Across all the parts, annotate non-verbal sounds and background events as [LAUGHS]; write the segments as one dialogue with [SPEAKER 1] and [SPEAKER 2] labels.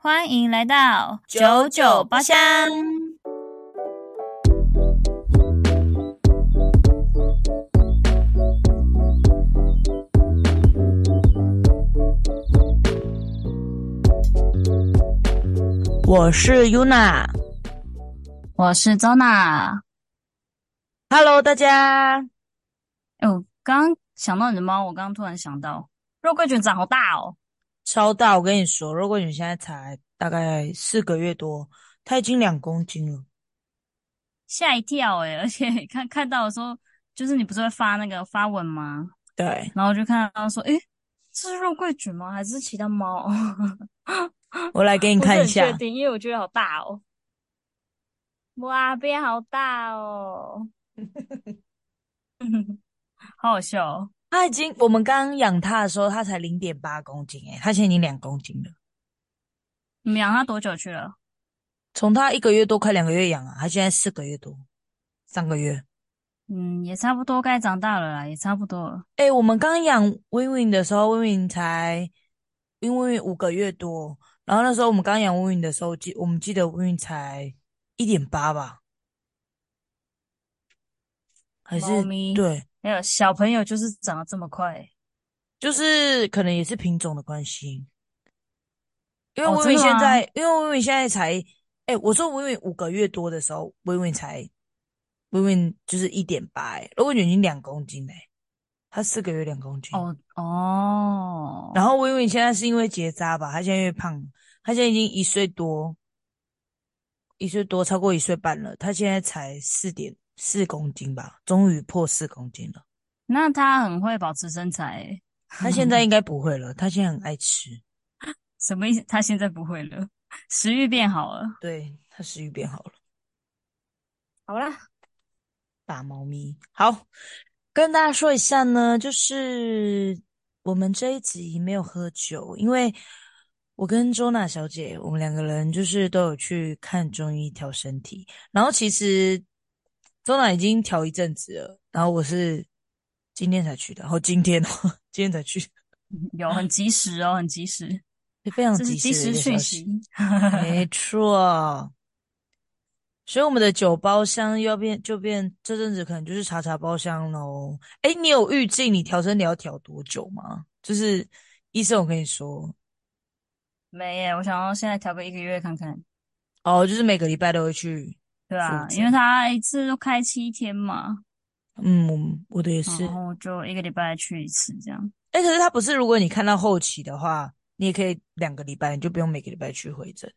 [SPEAKER 1] 欢迎来到九九包厢。
[SPEAKER 2] 我是 Yuna。
[SPEAKER 1] 我是周娜。
[SPEAKER 2] Hello，大家。
[SPEAKER 1] 哎，我刚刚想到你的猫，我刚刚突然想到，肉桂卷长好大哦。
[SPEAKER 2] 超大，我跟你说，肉桂卷现在才大概四个月多，它已经两公斤了。
[SPEAKER 1] 吓一跳哎、 [LAUGHS] 而且看看到的时候，就是你不是会发那个发文吗？
[SPEAKER 2] 对，
[SPEAKER 1] 然后我就看到说，哎，这是肉桂卷吗？还是其他猫？ [LAUGHS]
[SPEAKER 2] 我来给你看一
[SPEAKER 1] 我不是很
[SPEAKER 2] 下
[SPEAKER 1] 确，定，因为我觉得好大哦。哇，变好大哦，
[SPEAKER 2] [LAUGHS]
[SPEAKER 1] 好好笑哦。
[SPEAKER 2] 它已经，我们刚养它的时候，它才零点八公斤、欸，诶，它现在已经两公斤了。
[SPEAKER 1] 你们养它多久去了？
[SPEAKER 2] 从它一个月多，快两个月养啊，它现在四个月多，三个月。
[SPEAKER 1] 嗯，也差不多该长大了啦，也差不多了。
[SPEAKER 2] 诶、我们刚养 Win Win 的时候，Win Win 才因为五个月多，然后那时候我们刚养 Win Win 的时候，记我们记得 Win Win 才一点八吧，还是
[SPEAKER 1] 猫咪
[SPEAKER 2] 对，
[SPEAKER 1] 还有小朋友就是长得这么快，欸
[SPEAKER 2] 就是可能也是品种的关系，因为
[SPEAKER 1] 哦
[SPEAKER 2] 薇
[SPEAKER 1] 真
[SPEAKER 2] 薇
[SPEAKER 1] 的
[SPEAKER 2] 现
[SPEAKER 1] 吗
[SPEAKER 2] 在，因为薇薇现在才，哎、我说薇薇五个月多的时候，薇薇才，薇薇就是一点八，哎，肉桂卷已经两公斤嘞、她四个月两公斤，
[SPEAKER 1] 哦哦，
[SPEAKER 2] 然后薇薇现在是因为结扎吧，她现在越胖了，她现在已经一岁多，一岁多超过一岁半了，她现在才四点四公斤吧，终于破四公斤了，
[SPEAKER 1] 那它很会保持身材欸，
[SPEAKER 2] 她现在应该不会了，她现在很爱吃。
[SPEAKER 1] 什么意思？它现在不会了， [LAUGHS] 食欲变好了。
[SPEAKER 2] [LAUGHS] 对，它食欲变好了，
[SPEAKER 1] 好啦，
[SPEAKER 2] 大猫咪。好，跟大家说一下呢，就是我们这一集没有喝酒，因为我跟周娜小姐，我们两个人就是都有去看中医调身体，然后其实周娜已经调一阵子了，然后我是今天才去的，然后今天哦， [LAUGHS] 今天才去，
[SPEAKER 1] [LAUGHS] 有很及时哦，很及时，
[SPEAKER 2] 非常
[SPEAKER 1] [LAUGHS] 这是
[SPEAKER 2] 及
[SPEAKER 1] 及
[SPEAKER 2] 时的
[SPEAKER 1] 时
[SPEAKER 2] 一
[SPEAKER 1] 讯
[SPEAKER 2] 个消息
[SPEAKER 1] 息。
[SPEAKER 2] 没错，所以我们的酒包厢又要变，就变这阵子可能就是茶茶包厢喽。哎，你有预计你调身你要调多久吗？就是医生，我跟你说，
[SPEAKER 1] 没耶，我想要现在调个一个月看看，
[SPEAKER 2] 哦，就是每个礼拜都会去。
[SPEAKER 1] 对啊，
[SPEAKER 2] 负责
[SPEAKER 1] 因为它一次都开七天嘛，
[SPEAKER 2] 嗯，我的也是。
[SPEAKER 1] 然后就一个礼拜去一次这样。
[SPEAKER 2] 哎，可是他不是，如果你看到后期的话，你也可以两个礼拜，你就不用每个礼拜去回诊。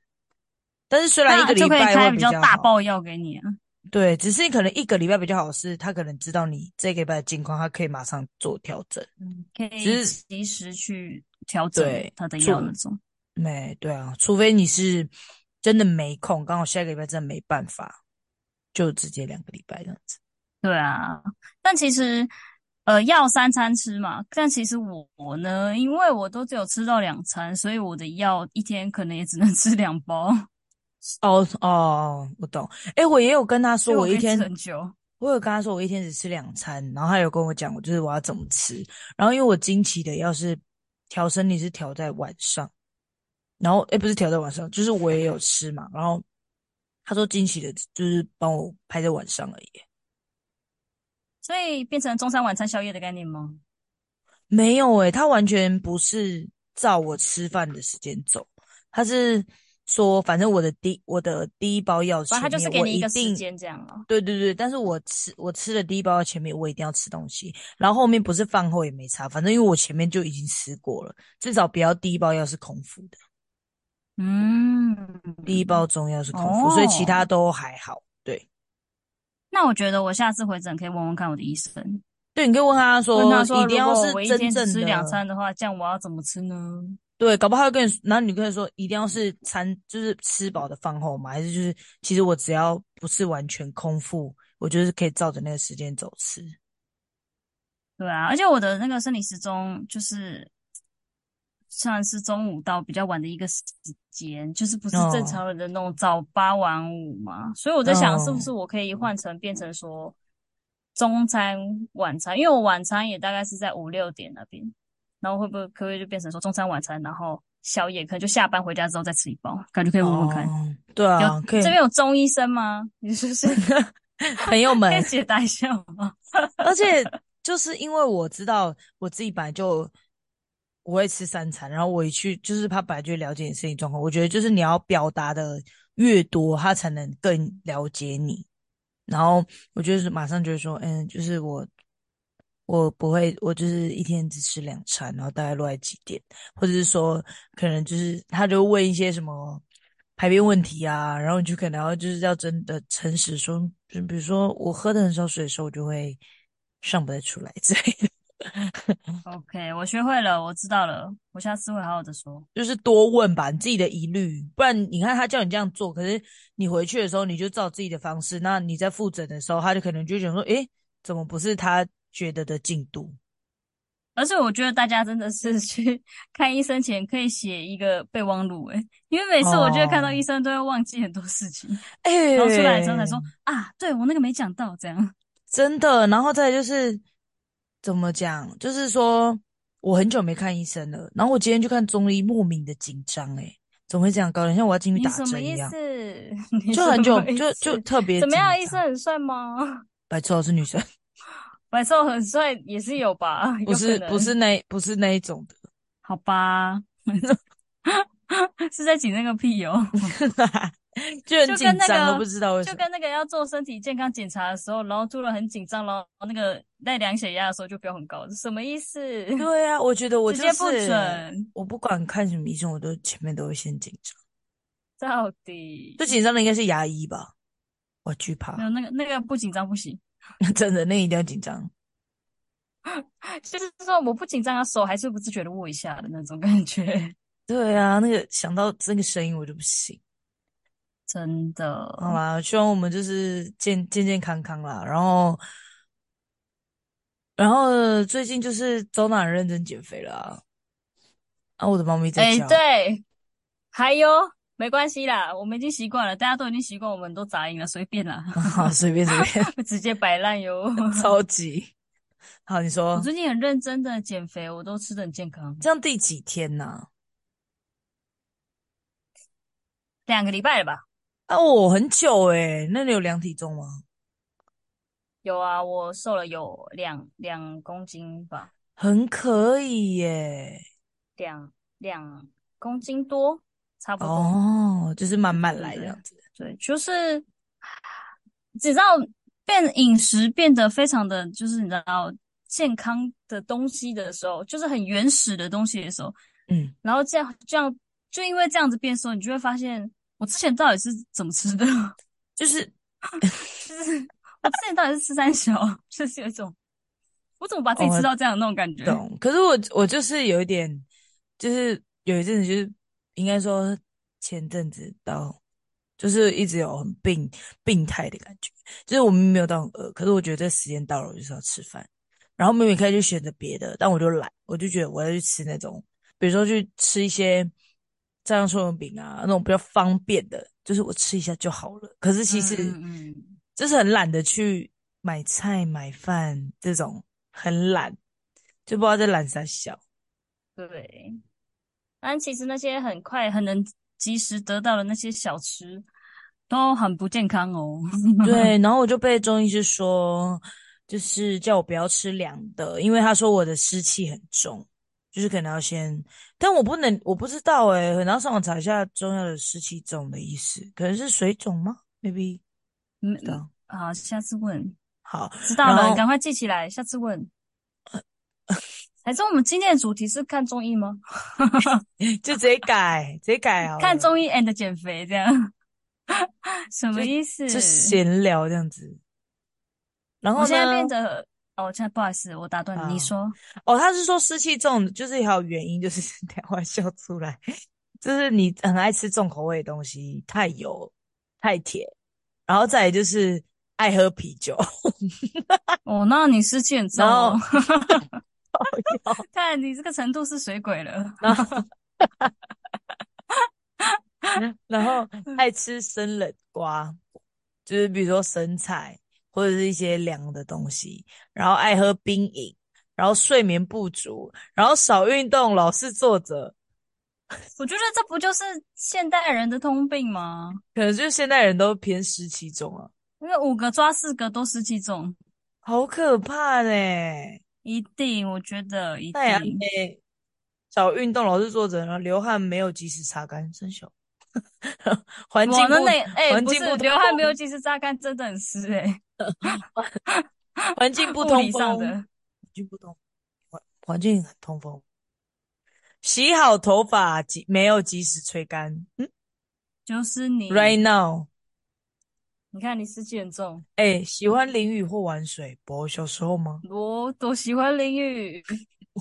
[SPEAKER 2] 但是虽啊然一
[SPEAKER 1] 那
[SPEAKER 2] 个礼
[SPEAKER 1] 就可以
[SPEAKER 2] 拜
[SPEAKER 1] 开
[SPEAKER 2] 会
[SPEAKER 1] 比
[SPEAKER 2] 比
[SPEAKER 1] 较大
[SPEAKER 2] 好
[SPEAKER 1] 爆药给你啊。
[SPEAKER 2] 对，只是可能一个礼拜比较好是，他可能知道你这个礼拜的情况，他可以马上做调整。
[SPEAKER 1] 嗯，可以
[SPEAKER 2] 只是
[SPEAKER 1] 及时去调整
[SPEAKER 2] 对
[SPEAKER 1] 他的
[SPEAKER 2] 就
[SPEAKER 1] 药那种。
[SPEAKER 2] 没，对啊，除非你是真的没空，刚好下个礼拜真的没办法，就直接两个礼拜这样子。
[SPEAKER 1] 对啊，但其实呃药三餐吃嘛，但其实我我呢，因为我都只有吃到两餐，所以我的药一天可能也只能吃两包，
[SPEAKER 2] 哦哦，我懂。诶，我也有跟他
[SPEAKER 1] 所以
[SPEAKER 2] 说，我
[SPEAKER 1] 可
[SPEAKER 2] 一
[SPEAKER 1] 以
[SPEAKER 2] 天
[SPEAKER 1] 吃很久。
[SPEAKER 2] 我有跟他说我一天只吃两餐，然后他有跟我讲，我就是我要怎么吃。然后因为我经期的药是调生理是调在晚上，然后诶不是调在晚上，就是我也有吃嘛。然后他说经期的，就是帮我排在晚上而已。
[SPEAKER 1] 所以变成中餐、晚餐、宵夜的概念吗？
[SPEAKER 2] 没有诶、他完全不是照我吃饭的时间走，他是说反正我的第我的第一包药前
[SPEAKER 1] 反
[SPEAKER 2] 面
[SPEAKER 1] 正他就是给
[SPEAKER 2] 我
[SPEAKER 1] 你一
[SPEAKER 2] 一
[SPEAKER 1] 个时
[SPEAKER 2] 定
[SPEAKER 1] 间这样啊。
[SPEAKER 2] 对对对，但是我吃我吃的第一包药前面我一定要吃东西，然后后面不是饭后也没差，反正因为我前面就已经吃过了，至少不要第一包药是空腹的，
[SPEAKER 1] 嗯，
[SPEAKER 2] 第一包中药是空腹，
[SPEAKER 1] 哦
[SPEAKER 2] 所以其他都还好。对
[SPEAKER 1] 那我觉得我下次回诊可以问问看我的医生，
[SPEAKER 2] 对，你可以问他说，
[SPEAKER 1] 问他说，
[SPEAKER 2] 一
[SPEAKER 1] 如
[SPEAKER 2] 定要
[SPEAKER 1] 果
[SPEAKER 2] 是
[SPEAKER 1] 我一
[SPEAKER 2] 真
[SPEAKER 1] 天
[SPEAKER 2] 正
[SPEAKER 1] 只
[SPEAKER 2] 的
[SPEAKER 1] 吃两餐的话，这样我要怎么吃呢？
[SPEAKER 2] 对，搞不好他会跟你，然后你可以说一定要是餐，就是吃饱的饭后嘛，还是就是其实我只要不是完全空腹，我就是可以照着那个时间走吃。
[SPEAKER 1] 对啊，而且我的那个生理时钟就是算是中午到比较晚的一个时间，就是不是
[SPEAKER 2] 哦
[SPEAKER 1] 正常人的那种早八晚五嘛，所以我在想
[SPEAKER 2] 哦
[SPEAKER 1] 是不是我可以换成变成说中餐晚餐，因为我晚餐也大概是在五六点那边，然后会不会可不可以就变成说中餐晚餐，然后宵夜，可能就下班回家之后再吃一包，感觉可以问问看。
[SPEAKER 2] 哦对啊，
[SPEAKER 1] 有
[SPEAKER 2] 可以
[SPEAKER 1] 这边有中医生吗？你是不是
[SPEAKER 2] 朋友
[SPEAKER 1] [LAUGHS] 可以
[SPEAKER 2] 们，
[SPEAKER 1] 解答一下吗？
[SPEAKER 2] 而且就是因为我知道我自己本来就我会吃三餐，然后我一去就是他本来就了解你身体状况，我觉得就是你要表达的越多，他才能更了解你。然后我就是马上就会说，嗯，就是我我不会，我就是一天只吃两餐，然后大概落在几点，或者是说可能就是他就问一些什么排便问题啊，然后你就可能要就是要真的诚实说，就比如说我喝的很少水的时候，我就会上不太出来之类的， [LAUGHS]
[SPEAKER 1] OK，我学会了，我知道了，我下次会好好的说。
[SPEAKER 2] 就是多问吧，你自己的疑虑，不然你看他叫你这样做，可是你回去的时候你就照自己的方式，那你在复诊的时候，他就可能就想说，诶，怎么不是他觉得的进度？
[SPEAKER 1] 而且我觉得大家真的是 [LAUGHS] 去看医生前可以写一个备忘录，诶，因为每次我觉得看到
[SPEAKER 2] 哦
[SPEAKER 1] 医生都会忘记很多事情，
[SPEAKER 2] 诶，
[SPEAKER 1] 然后出来之后才说啊，对我那个没讲到，这样。
[SPEAKER 2] 真的，然后再来就是怎么讲，就是说我很久没看医生了，然后我今天去看中医，莫名的紧张诶，怎么会这样搞得像我要进去
[SPEAKER 1] 你
[SPEAKER 2] 打
[SPEAKER 1] 什么
[SPEAKER 2] 针一
[SPEAKER 1] 意
[SPEAKER 2] 样
[SPEAKER 1] 思？？ [LAUGHS] 你
[SPEAKER 2] 就
[SPEAKER 1] 什
[SPEAKER 2] 很久
[SPEAKER 1] 么，意
[SPEAKER 2] 就
[SPEAKER 1] 思
[SPEAKER 2] 就特别
[SPEAKER 1] 怎么样？
[SPEAKER 2] 紧
[SPEAKER 1] 医生
[SPEAKER 2] 张
[SPEAKER 1] 很帅吗？
[SPEAKER 2] 白痴老师女生，
[SPEAKER 1] 白瘦很帅也是有吧，
[SPEAKER 2] 不
[SPEAKER 1] [LAUGHS] 有可
[SPEAKER 2] 是
[SPEAKER 1] 能。
[SPEAKER 2] 不是那不是那一种
[SPEAKER 1] [LAUGHS]
[SPEAKER 2] 的， [LAUGHS]
[SPEAKER 1] 好吧， [LAUGHS] 是在紧那个屁哦，
[SPEAKER 2] 就很
[SPEAKER 1] 就
[SPEAKER 2] 紧
[SPEAKER 1] 跟那
[SPEAKER 2] 张，都
[SPEAKER 1] 个
[SPEAKER 2] 不知道为
[SPEAKER 1] [LAUGHS]
[SPEAKER 2] 什
[SPEAKER 1] 就
[SPEAKER 2] 么。
[SPEAKER 1] 跟那个要做身体健康检查的时候，然后突然很紧张，然后那个在量血压的时候就飙很高，什么意思？
[SPEAKER 2] 对啊，我觉得我
[SPEAKER 1] 直
[SPEAKER 2] 就
[SPEAKER 1] 接
[SPEAKER 2] 是
[SPEAKER 1] 不准，
[SPEAKER 2] 我不管看什么医生，我都前面都会先紧张。
[SPEAKER 1] 到底
[SPEAKER 2] 最紧张的应该是牙医吧，我惧
[SPEAKER 1] 没有
[SPEAKER 2] 怕，
[SPEAKER 1] 那个那个不紧张不行，
[SPEAKER 2] [LAUGHS]
[SPEAKER 1] [LAUGHS]
[SPEAKER 2] 真的那一定要紧张。
[SPEAKER 1] 就是说我不紧张，的手还是不自觉的握一下的那种感觉，
[SPEAKER 2] 对啊，那个想到那个声音我就不行。
[SPEAKER 1] 真的。
[SPEAKER 2] 好啦，希望我们就是健健健康康啦。然后，然后最近就是走哪认真减肥了啊。啊，我的猫咪在
[SPEAKER 1] 哎、
[SPEAKER 2] 叫。
[SPEAKER 1] 对，还有没关系啦，我们已经习惯了，大家都已经习惯我们都杂音了，随便啦，
[SPEAKER 2] 好，随便随便，
[SPEAKER 1] [LAUGHS]
[SPEAKER 2] [LAUGHS]
[SPEAKER 1] 直接摆烂哟。 [LAUGHS]
[SPEAKER 2] 超级。好，你
[SPEAKER 1] 啊我
[SPEAKER 2] 说
[SPEAKER 1] 最近很认真的减肥，我都吃的很健康，
[SPEAKER 2] 这样第几天呢、
[SPEAKER 1] 两个礼拜了吧？
[SPEAKER 2] 啊？我、很久诶、那你有量体重吗？
[SPEAKER 1] 有啊，我瘦了有两两公斤吧，
[SPEAKER 2] 很可以耶、
[SPEAKER 1] 两两公斤多，差不多。
[SPEAKER 2] 哦，就是慢慢
[SPEAKER 1] 对
[SPEAKER 2] 来这
[SPEAKER 1] 对
[SPEAKER 2] 样子。
[SPEAKER 1] 对，就是只知道变饮食变得非常的，就是你知道健康的东西的时候，就是很原始的东西的时候，
[SPEAKER 2] 嗯，
[SPEAKER 1] 然后这样这样就因为这样子变瘦，你就会发现我之前到底是怎么吃的， [LAUGHS]
[SPEAKER 2] 就是
[SPEAKER 1] 就是我之前到底是吃三小， [LAUGHS] 就是有一种我怎么把自己吃到这样的那种感觉。
[SPEAKER 2] 哦懂，可是我我就是有一点，就是有一阵子就是应该说前阵子到，就是一直有很病病态的感觉，就是我明明没有到很饿，可是我觉得这时间到了，我就是要吃饭，然后明明可以去选择别的，但我就懒，我就觉得我要去吃那种，比如说去吃一些炸酱葱油饼啊，那种比较方便的，就是我吃一下就好了。可是其
[SPEAKER 1] 嗯
[SPEAKER 2] 实
[SPEAKER 1] 嗯嗯，
[SPEAKER 2] 就是很懒得去买菜买饭这种，很懒。就不知道在懒
[SPEAKER 1] [LAUGHS]
[SPEAKER 2] 啥小。
[SPEAKER 1] 对。但其实那些很快很能及时得到的那些小吃，都很不健康哦。
[SPEAKER 2] 对，然后我就被中医师说，就是叫我不要吃凉的，因为他说我的湿气很重，就是可能要先，但我不能，我不知道诶、欸，可能要上网查一下中药的湿气重的意思，可能是水肿吗？maybe
[SPEAKER 1] 嗯
[SPEAKER 2] 不知道。
[SPEAKER 1] 好，下次问，
[SPEAKER 2] 好，
[SPEAKER 1] 知道
[SPEAKER 2] 然
[SPEAKER 1] 了，
[SPEAKER 2] 后
[SPEAKER 1] 赶快记起来，下次问。
[SPEAKER 2] [LAUGHS]
[SPEAKER 1] 还是我们今天的主题是看中医吗？
[SPEAKER 2] 就直接改，直接改好
[SPEAKER 1] 看
[SPEAKER 2] 了，
[SPEAKER 1] 中医 and 减肥这样， [LAUGHS] 什么意思？
[SPEAKER 2] 就闲聊这样子。然
[SPEAKER 1] 我
[SPEAKER 2] 后
[SPEAKER 1] 现在变
[SPEAKER 2] 呢，
[SPEAKER 1] 得，哦，我现在不好意思，我打断你，你
[SPEAKER 2] 好
[SPEAKER 1] 说，
[SPEAKER 2] 哦，他是说湿气重，就是还有原因，就是 [LAUGHS] 等一下我要笑出来，就是你很爱吃重口味的东西，太油、太甜，然后再来就是爱喝啤酒， [LAUGHS]
[SPEAKER 1] 哦，那你湿气很重
[SPEAKER 2] 然
[SPEAKER 1] 哦
[SPEAKER 2] [LAUGHS]
[SPEAKER 1] [LAUGHS]
[SPEAKER 2] 后，哦
[SPEAKER 1] 看你这个程度是水鬼了。
[SPEAKER 2] 然后然后爱吃生冷瓜，就是比如说生菜或者是一些凉的东西，然后爱喝冰饮，然后睡眠不足，然后少运动，老是坐着，
[SPEAKER 1] 我觉得这不就是现代人的通病吗？
[SPEAKER 2] 可能就是现代人都偏湿气重啊，
[SPEAKER 1] 因为五个抓四个都十几种，
[SPEAKER 2] 好可怕嘞！
[SPEAKER 1] 一定，我觉得一
[SPEAKER 2] 那也
[SPEAKER 1] 定。
[SPEAKER 2] 得少运动，老是坐着，然后流汗没有及时擦干，真小。 [LAUGHS] 环境
[SPEAKER 1] 我那
[SPEAKER 2] 部
[SPEAKER 1] 那哎、
[SPEAKER 2] 环
[SPEAKER 1] 不
[SPEAKER 2] 境
[SPEAKER 1] 是
[SPEAKER 2] 不
[SPEAKER 1] 流
[SPEAKER 2] 通
[SPEAKER 1] 汗
[SPEAKER 2] 风
[SPEAKER 1] 没有及时榨干，真的很湿哎、
[SPEAKER 2] 环境不
[SPEAKER 1] 物
[SPEAKER 2] 通
[SPEAKER 1] 理上
[SPEAKER 2] 风，
[SPEAKER 1] 的
[SPEAKER 2] 环境不通，环环境很通风。洗好头发及没有及时吹干，嗯
[SPEAKER 1] 就是你。
[SPEAKER 2] ，right now，
[SPEAKER 1] 你看你湿气很重，
[SPEAKER 2] 哎、喜欢淋雨或玩水，我小时候吗？ [LAUGHS]
[SPEAKER 1] 我多喜欢淋雨，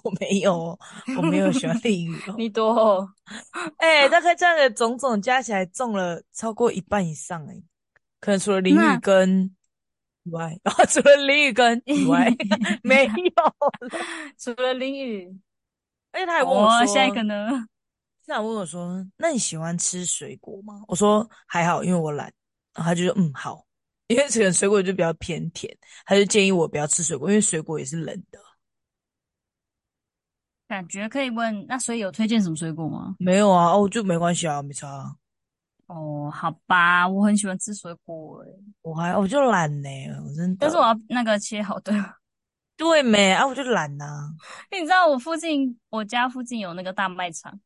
[SPEAKER 2] 我没有哦，我没有喜欢淋雨哦。
[SPEAKER 1] 你多
[SPEAKER 2] [LAUGHS] 哎、大概这样的种种加起来中了超过一半以上哎、可能除了淋雨
[SPEAKER 1] 那
[SPEAKER 2] 跟以外， [LAUGHS] 然后除了淋雨
[SPEAKER 1] [LAUGHS]
[SPEAKER 2] 跟以外没有，
[SPEAKER 1] 除了淋雨，
[SPEAKER 2] 而且他还问我
[SPEAKER 1] 我
[SPEAKER 2] 说，
[SPEAKER 1] 哦下一个呢？
[SPEAKER 2] 他还问我说，那你喜欢吃水果吗？我说还好，因为我懒。然后他就说嗯好，因为这个水果就比较偏甜，他就建议我不要吃水果，因为水果也是冷的。
[SPEAKER 1] 感觉可以问，那所以有推荐什么水果吗？
[SPEAKER 2] 没有啊，哦就没关系啊，没差啊。
[SPEAKER 1] 哦，好吧，我很喜欢吃水果诶，
[SPEAKER 2] 我还我就懒呢、我真的。
[SPEAKER 1] 但是我要那个切好的。
[SPEAKER 2] 对没啊，我就懒呐、啊。
[SPEAKER 1] 你知道我附近，我家附近有那个大卖场，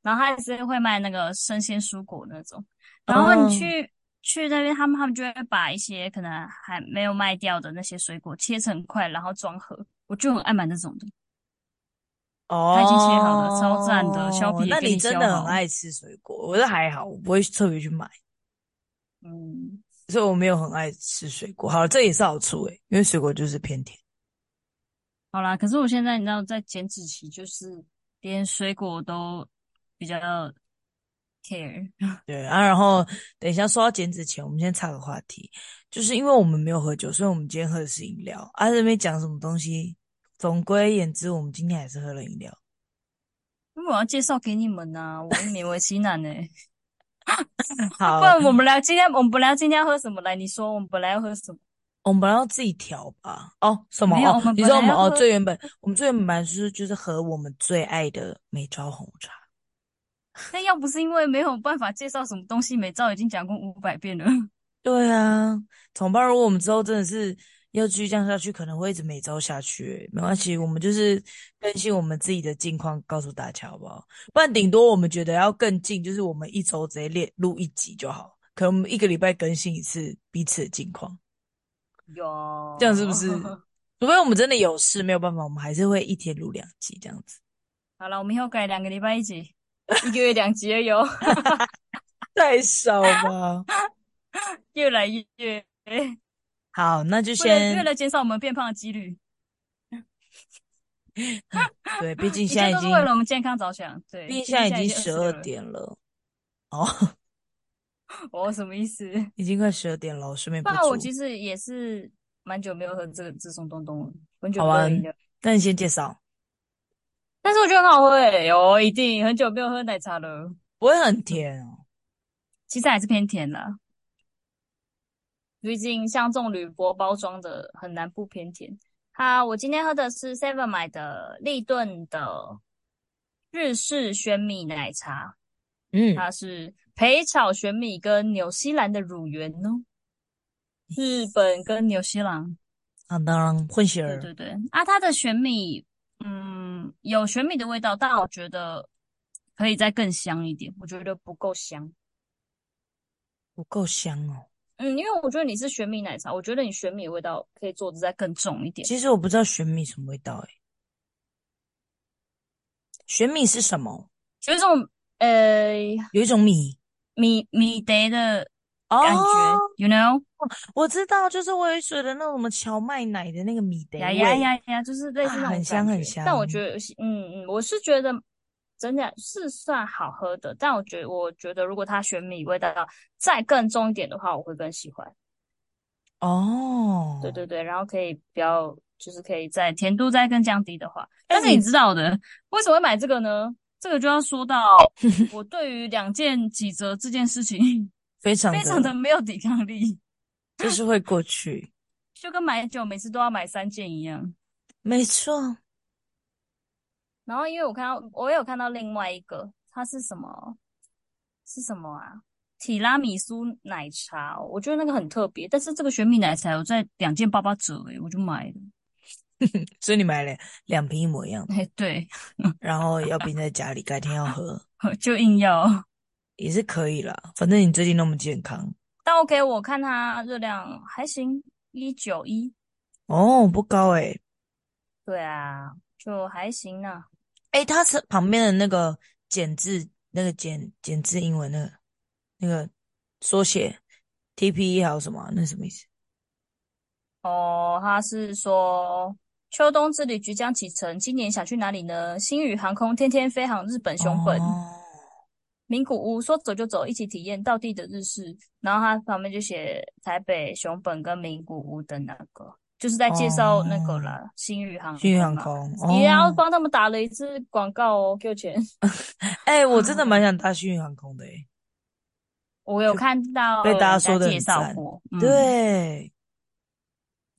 [SPEAKER 1] 然后它是会卖那个生鲜蔬果那种。然后你
[SPEAKER 2] 嗯
[SPEAKER 1] 去去那边，他们他们就会把一些可能还没有卖掉的那些水果切成块，然后装盒。我就很爱买那种的，
[SPEAKER 2] 哦，
[SPEAKER 1] 已经切好了超赞的削皮也
[SPEAKER 2] 那
[SPEAKER 1] 给
[SPEAKER 2] 你
[SPEAKER 1] 你
[SPEAKER 2] 真
[SPEAKER 1] 削
[SPEAKER 2] 的很
[SPEAKER 1] 好
[SPEAKER 2] 爱吃水果，我是还好，我不会特别去买，
[SPEAKER 1] 嗯，
[SPEAKER 2] 所以我没有很爱吃水果。好，这也是好处诶、因为水果就是偏甜。
[SPEAKER 1] 好啦。可是我现在你知道在减脂期，就是连水果都比较 care。
[SPEAKER 2] 对啊，然后等一下说到减脂前，我们先岔个话题，就是因为我们没有喝酒，所以我们今天喝的是饮料。啊，这边讲什么东西，总归言之，我们今天还是喝了饮料。
[SPEAKER 1] 因为我要介绍给你们呐、我勉为其难呢、
[SPEAKER 2] 好
[SPEAKER 1] [LAUGHS] 不，然我们来今天，我们本来今天要喝什么？来，你说我们本来要喝什么？
[SPEAKER 2] 我们本来要自己调吧？哦，什么？
[SPEAKER 1] 没有
[SPEAKER 2] 哦
[SPEAKER 1] 我们
[SPEAKER 2] 你
[SPEAKER 1] 本
[SPEAKER 2] 说
[SPEAKER 1] 来
[SPEAKER 2] 我们
[SPEAKER 1] 要
[SPEAKER 2] 哦，
[SPEAKER 1] 喝
[SPEAKER 2] 最原本我们最原本就是就是喝我们最爱的美招红茶。
[SPEAKER 1] 但要不是因为没有办法介绍什么东西，美照已经讲过五百遍了。
[SPEAKER 2] 对啊，怎么办？如果我们之后真的是要继续这样下去，可能会一直每周下去欸、没关系，我们就是更新我们自己的近况，告诉大家好不好？不然顶多我们觉得要更近，就是我们一周直接列录一集就好，可能我们一个礼拜更新一次彼此的近况，
[SPEAKER 1] 有，
[SPEAKER 2] 这样是不是？除非我们真的有事没有办法，我们还是会一天录两集这样子。
[SPEAKER 1] 好了，我们以后改两个礼拜一集，一个月两集而已哦，
[SPEAKER 2] 太少吧？
[SPEAKER 1] 越来越，为
[SPEAKER 2] [LAUGHS] 好，那就
[SPEAKER 1] 了为
[SPEAKER 2] 先
[SPEAKER 1] 了减少我们变胖的几率，
[SPEAKER 2] 对，毕竟
[SPEAKER 1] 一
[SPEAKER 2] 现
[SPEAKER 1] 切
[SPEAKER 2] 在已
[SPEAKER 1] 都是
[SPEAKER 2] 经，
[SPEAKER 1] 为了我们健康着想。对，
[SPEAKER 2] 毕竟
[SPEAKER 1] 毕
[SPEAKER 2] 现在已经
[SPEAKER 1] 十
[SPEAKER 2] 十二，点了。哦，
[SPEAKER 1] 我、哦什么意思？
[SPEAKER 2] 已经快十二点了，顺便
[SPEAKER 1] 不
[SPEAKER 2] 补
[SPEAKER 1] 然我
[SPEAKER 2] 足。
[SPEAKER 1] 其实也是蛮久没有喝这个这种东东了，很久
[SPEAKER 2] 好
[SPEAKER 1] 没有
[SPEAKER 2] 啊
[SPEAKER 1] 喝饮料。，
[SPEAKER 2] 那你先介绍，
[SPEAKER 1] 但是我觉得很好喝诶、有一定很久没有喝奶茶了，
[SPEAKER 2] 不会很甜哦。
[SPEAKER 1] 其实还是偏甜啦。毕竟像这种铝箔包装的，很难不偏甜。它我今天喝的是 Seven 买的立顿的日式玄米奶茶，
[SPEAKER 2] 嗯，
[SPEAKER 1] 它是焙炒玄米跟纽西兰的乳源哦，日本跟纽西兰，
[SPEAKER 2] 好的，混血
[SPEAKER 1] 对
[SPEAKER 2] 儿，
[SPEAKER 1] 对对。啊，它的玄米，嗯，有玄米的味道，但我觉得可以再更香一点，我觉得不够香。
[SPEAKER 2] 不够香哦。
[SPEAKER 1] 嗯，因为我觉得你是玄米奶茶，我觉得你玄米的味道可以做的再更重一点。
[SPEAKER 2] 其实我不知道玄米什么味道诶，欸玄米是什么？
[SPEAKER 1] 有一种呃
[SPEAKER 2] 有一种米
[SPEAKER 1] 米米德的
[SPEAKER 2] 哦，
[SPEAKER 1] 感觉、y o u know，
[SPEAKER 2] 我知道，就是我有一水的那种什么荞麦奶的那个米的
[SPEAKER 1] 呀
[SPEAKER 2] 味，
[SPEAKER 1] 呀呀呀，就是类似那
[SPEAKER 2] 啊
[SPEAKER 1] 种
[SPEAKER 2] 很
[SPEAKER 1] 感
[SPEAKER 2] 香很
[SPEAKER 1] 觉
[SPEAKER 2] 香
[SPEAKER 1] 但我觉得是，嗯嗯，我是觉得真的是算好喝的，但我觉得，我觉得如果它玄米味道再更重一点的话，我会更喜欢。
[SPEAKER 2] 哦。
[SPEAKER 1] 对对对，然后可以不要，就是可以在甜度再更降低的话。
[SPEAKER 2] 哎
[SPEAKER 1] 但是你
[SPEAKER 2] 你
[SPEAKER 1] 知道的，为什么会买这个呢？这个就要说
[SPEAKER 2] [LAUGHS]
[SPEAKER 1] 到我对于两件几折这件事情
[SPEAKER 2] 非常
[SPEAKER 1] 非常的没有抵抗力，
[SPEAKER 2] 就是会过去，
[SPEAKER 1] 就跟买酒每次都要买三件一样。
[SPEAKER 2] 没错。 [LAUGHS]
[SPEAKER 1] 然后因为我看到我也有看到另外一个，它是什么？是什么啊？提拉米苏奶茶哦、我觉得那个很特别。但是这个玄米奶茶有在两件八八折诶、我就买了。
[SPEAKER 2] 所以你买了两瓶一模一样的，
[SPEAKER 1] 哎， [LAUGHS] 对，
[SPEAKER 2] 然后要冰在家里，改天要喝
[SPEAKER 1] 就硬要。
[SPEAKER 2] 也是可以啦。反正你最近那么健康
[SPEAKER 1] 但 OK，我看它热量还行，一九一。
[SPEAKER 2] 哦，不高诶、欸、
[SPEAKER 1] 对啊，就还行呢、
[SPEAKER 2] 诶、它是旁边的那个简字，那个简简字英文那个那个缩写 TPE 还有什么啊？那什么意思？
[SPEAKER 1] 哦，他是说秋冬之旅即将启程，今年想去哪里呢？星宇航空天天飞航日本熊本、
[SPEAKER 2] 哦
[SPEAKER 1] 名古屋，说走就走，一起体验道地的日式。然后他旁边就写台北、熊本跟名古屋的那个，就是在介绍那个啦，星宇航空嘛。
[SPEAKER 2] 哦新宇航空，
[SPEAKER 1] 也要
[SPEAKER 2] 哦，
[SPEAKER 1] 帮他们打了一次广告哦，给我钱。 [LAUGHS]
[SPEAKER 2] 哎、我真的
[SPEAKER 1] 嗯
[SPEAKER 2] 蛮想搭新宇航空的、欸，
[SPEAKER 1] 我有看到
[SPEAKER 2] 被大家
[SPEAKER 1] 人
[SPEAKER 2] 说得很
[SPEAKER 1] 介绍
[SPEAKER 2] 赞
[SPEAKER 1] 过，嗯，，
[SPEAKER 2] 对，